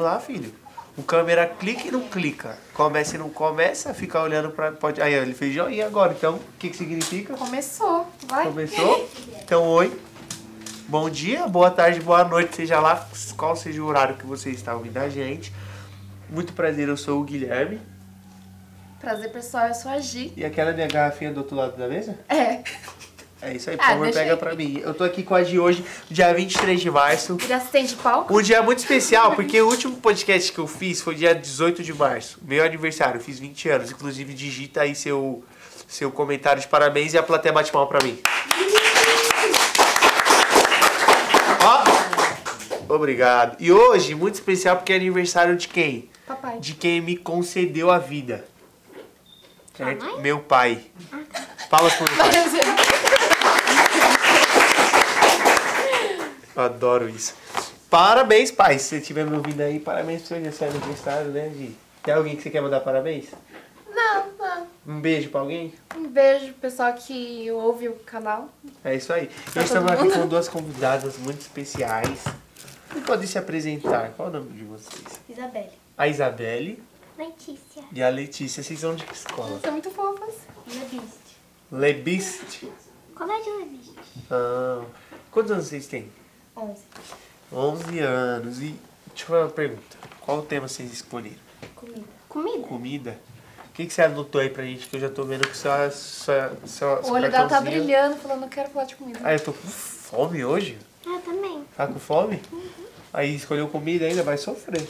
lá, filho. O câmera clica e não clica. Começa e não começa, fica olhando pra. Pode... Aí, ó, ele fez joinha agora. Então, o que, que significa? Começou, vai. Começou? Então, oi. Bom dia, boa tarde, boa noite, seja lá qual seja o horário que você está ouvindo a gente. Muito prazer, eu sou o Guilherme. Prazer, pessoal, eu sou a Gi. E aquela é minha garrafinha do outro lado da mesa? É, É isso aí, por Ah, favor, deixa pega aí. pra mim. Eu tô aqui com a Gi hoje, dia 23 de março. ele assistente de palco. Um dia muito especial, porque o último podcast que eu fiz foi dia 18 de março. Meu aniversário, eu fiz 20 anos. Inclusive, digita aí seu, seu comentário de parabéns e a plateia bate mal pra mim. Ó, obrigado. E hoje, muito especial, porque é aniversário de quem? Papai. De quem me concedeu a vida. Certo? Meu pai. Palmas pro meu pai. Eu adoro isso. Parabéns, pai. Se você estiver me ouvindo aí, parabéns pro seu dia, seu aniversário, né, Gi? Tem alguém que você quer mandar parabéns? Não, não. Um beijo pra alguém? Um beijo, pessoal que ouve o canal. É isso aí. Pra Nós estamos Tá todo aqui mundo. com duas convidadas muito especiais. E podem se apresentar. Qual o nome de vocês? Isabelle. A Isabelle Letícia. e a Letícia. Vocês são de que escola? Vocês são é muito fofas. Leviste. Lebiste. Colégio Leviste. Ah, quantos anos vocês têm? 11. 11 anos. E deixa eu fazer uma pergunta. Qual o tema vocês escolheram? Comida. Comida. comida. O que, que você anotou aí pra gente? Que eu já tô vendo que só. só, só O olho dela tá brilhando, falando, não quero falar de comida. Ah, eu tô com fome hoje? Ah, Eu também. Tá com fome? Uhum. Aí escolheu comida ainda, vai sofrer.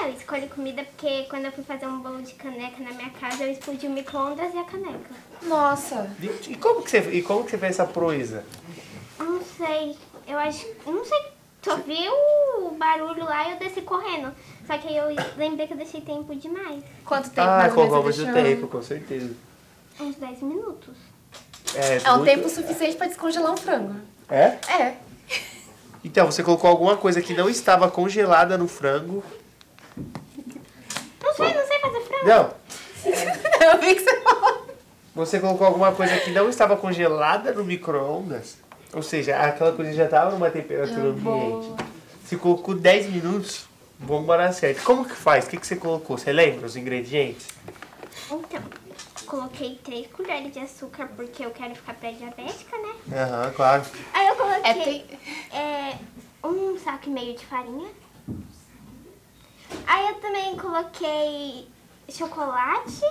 É, eu escolhi comida porque quando eu fui fazer um bolo de caneca na minha casa, eu explodi o micro-ondas e a caneca. Nossa. Gente, E como que você, e como que você fez essa proeza? Eu não sei. Eu acho. Eu não sei. Só vi o barulho lá e eu desci correndo. Só que aí eu lembrei que eu deixei tempo demais. Quanto tempo né, ah, mais ou menos com você do deixou? tempo, com certeza. Uns 10 minutos. É um muito- tempo suficiente pra descongelar um frango. É? É. Então, você colocou alguma coisa que não estava congelada no frango. Não sei, não sei fazer frango. Não, Eu vi que você falou. você colocou alguma coisa que não estava congelada no micro-ondas. Ou seja, aquela coisa já estava numa temperatura ambiente. Boa. Você colocou 10 minutos, bomba na certa. Como que faz? O que, que você colocou? Você lembra os ingredientes? Então, coloquei 3 colheres de açúcar porque eu quero ficar pré-diabética, né? Aham, claro. Aí eu coloquei. É, tem... é, um saco e meio de farinha. Aí eu também coloquei chocolate.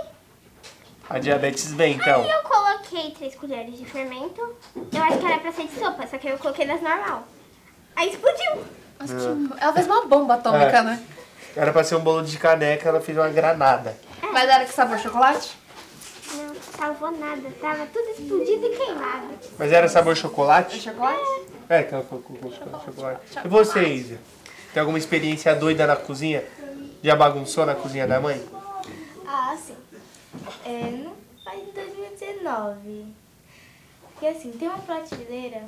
A diabetes vem, então. Aí eu coloquei três colheres de fermento. Eu acho que era pra ser de sopa, só que eu coloquei das normal. Aí explodiu. Nossa, que- Ela fez uma bomba atômica, É. né? Era pra ser um bolo de caneca, ela fez uma granada. É. Mas era que É. sabor chocolate? Não salvou nada, tava tudo explodido e queimado. Mas era sabor É chocolate? chocolate? É, que ela colocou colocou chocolate. E você, Isa? Tem alguma experiência doida na cozinha? Já bagunçou na cozinha da mãe? Ah, sim. É, no, faz em 2019. Porque assim, tem uma prateleira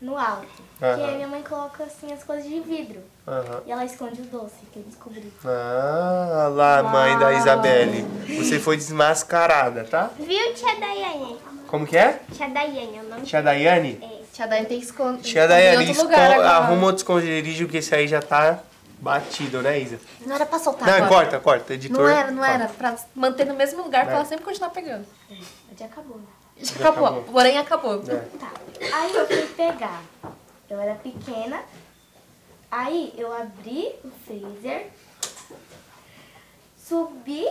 no alto. Que Aham. aí minha mãe coloca assim as coisas de vidro. Aham. E ela esconde o doce que eu descobri. Ah, lá, mãe da Uau. Isabelle. Você foi desmascarada, tá? Viu, tia Daiane? Como que é? Tia Daiane é o nome. Tia Daiane? Tia Daiane tem que esconder. Tia Daiane, em outro esco- lugar agora. arruma outro esconderijo que esse aí já tá batido, né, Isa? Não era pra soltar não, agora. corta, corta, editor. Tá Não era, não corta. era. Pra manter no mesmo lugar pra É. ela sempre continuar pegando. Já acabou, né? Já Já acabou. acabou. Porém, acabou. É. Tá. Aí eu fui pegar. Eu era pequena. Aí eu abri o freezer. Subi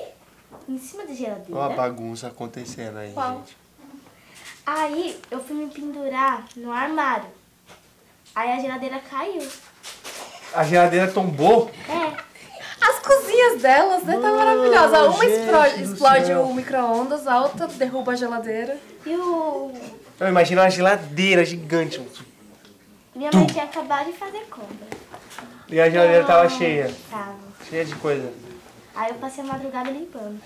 em cima da Olha a geladeira. bagunça acontecendo aí, Qual? gente. Aí eu fui me pendurar no armário. Aí a geladeira caiu. A geladeira tombou? É. As cozinhas delas, né? Tá Mano, maravilhosa. Uma gente explode, do explode céu. o micro-ondas, a outra derruba a geladeira. E o. Eu imagino uma geladeira gigante. um Minha mãe tinha acabado de fazer compra. Então, E a geladeira Ah. tava cheia. Tava. Cheia de coisa. Aí eu passei a madrugada limpando.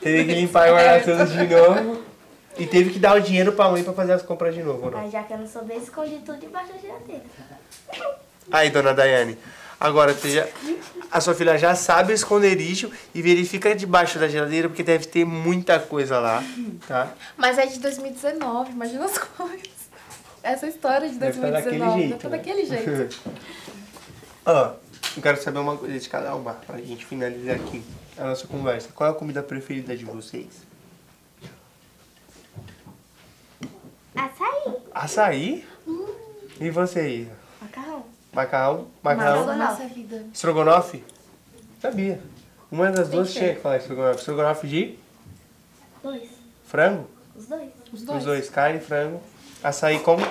Teve que limpar o Tá guarda de novo. E teve que dar o dinheiro pra mãe pra fazer as compras de novo, ou não? Mas já que eu não soube, escondi tudo debaixo da geladeira. Aí, dona Daiane. Agora, você já- a sua filha já sabe o esconderijo e verifica debaixo da geladeira, porque deve ter muita coisa lá, tá? Mas é de 2019, imagina as coisas. Essa história de Deve tá daquele 2019, jeito, tá né? daquele jeito. Ó, Eu quero saber uma coisa de cada uma, pra gente finalizar aqui a nossa conversa. Qual é a comida preferida de vocês? Açaí. Açaí? E vocês? Macarrão. Macarrão? Mas Macarrão? da nossa vida. Estrogonofe? Sabia. Uma das duas tinha que falar estrogonofe. Estrogonofe de Dois. frango? Os dois. Os Os dois. dois, carne, frango. Açaí como?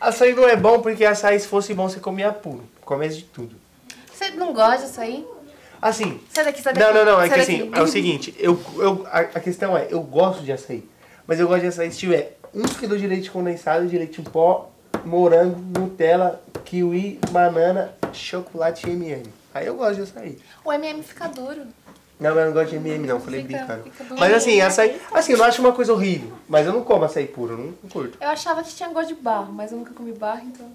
Açaí não é bom porque açaí se fosse bom você comia puro. Começo de tudo. Você não gosta disso aí? Assim, Sai daqui, sai daqui. Não, não, não. É que sai assim, daqui. é o seguinte, eu, eu, a, a questão é, eu gosto de açaí. Mas eu gosto de açaí se tiver um quilo de leite condensado, de leite em pó, morango, Nutella, kiwi, banana, chocolate e M&M. Aí eu gosto de açaí. O MM fica duro. Não, mas eu não gosto de M&M não, falei Fica- brincando. fica bom. Mas assim, açaí... Assim, eu não acho uma coisa horrível, mas eu não como açaí puro, eu não, não curto. Eu achava que tinha gosto de barro, mas eu nunca comi barro, então.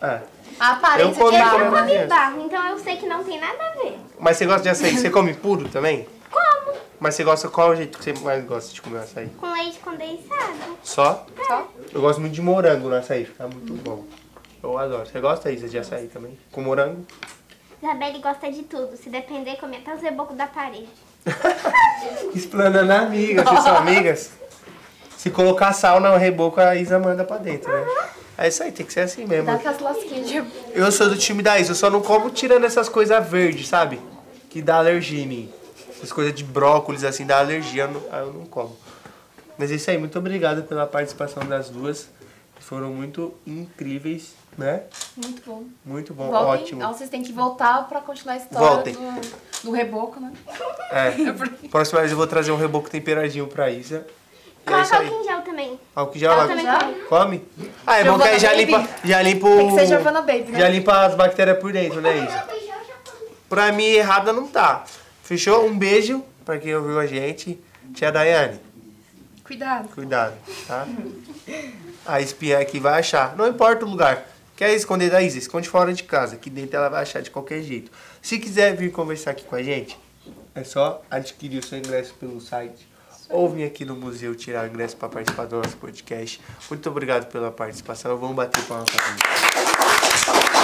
Ah, A Eu aparência comi de Eu Barro, já barro, né? né? comi barro, então eu sei que não tem nada a ver. mas você gosta de açaí, você come puro também? Como? Mas você gosta, qual é o jeito que você mais gosta de comer açaí? Com leite condensado. Só? Só? Eu gosto muito de morango no açaí, fica muito bom. Eu adoro. Você gosta, Isa, de açaí também? Com morango? Isabelle gosta de tudo. Se depender, come até os rebocos da parede. É Explanando a amiga, vocês são amigas? Se colocar sal no reboco, a Isa manda pra dentro, né? É isso aí, tem que ser assim mesmo. Dá aquelas lasquinhas de Eu sou do time da Isa, eu só não como tirando essas coisas verdes, sabe? Que dá alergia em mim. Essas coisas de brócolis, assim, dá alergia, eu não, ah, eu não como. Mas é isso aí, muito obrigado pela participação das duas. Foram muito incríveis, né? Muito bom. Muito bom, Voltem. ótimo. Ah, vocês têm que voltar pra continuar a história Voltem. do, do reboco, né? É. Próxima vez eu vou trazer um reboco temperadinho pra Isa. E é isso Coloca aí. álcool em gel também. Álcool em gel, Ela ela come? também Come? Ah, é bom que aí já Giovanna limpa, já limpa o... Tem que ser Giovanna Baby, né? Já limpa as bactérias por dentro, né, Isa? Pra mim, errada não tá. Fechou? Um beijo pra quem ouviu a gente. Tia Daiane, Cuidado. cuidado, tá? A espiã aqui vai achar. Não importa o lugar. Quer esconder da Isa? Esconde fora de casa. Aqui dentro ela vai achar de qualquer jeito. Se quiser vir conversar aqui com a gente, é só adquirir o seu ingresso pelo site ou vir aqui no museu tirar o ingresso para participar do nosso podcast. Muito obrigado pela participação. Vamos bater palma pra mim.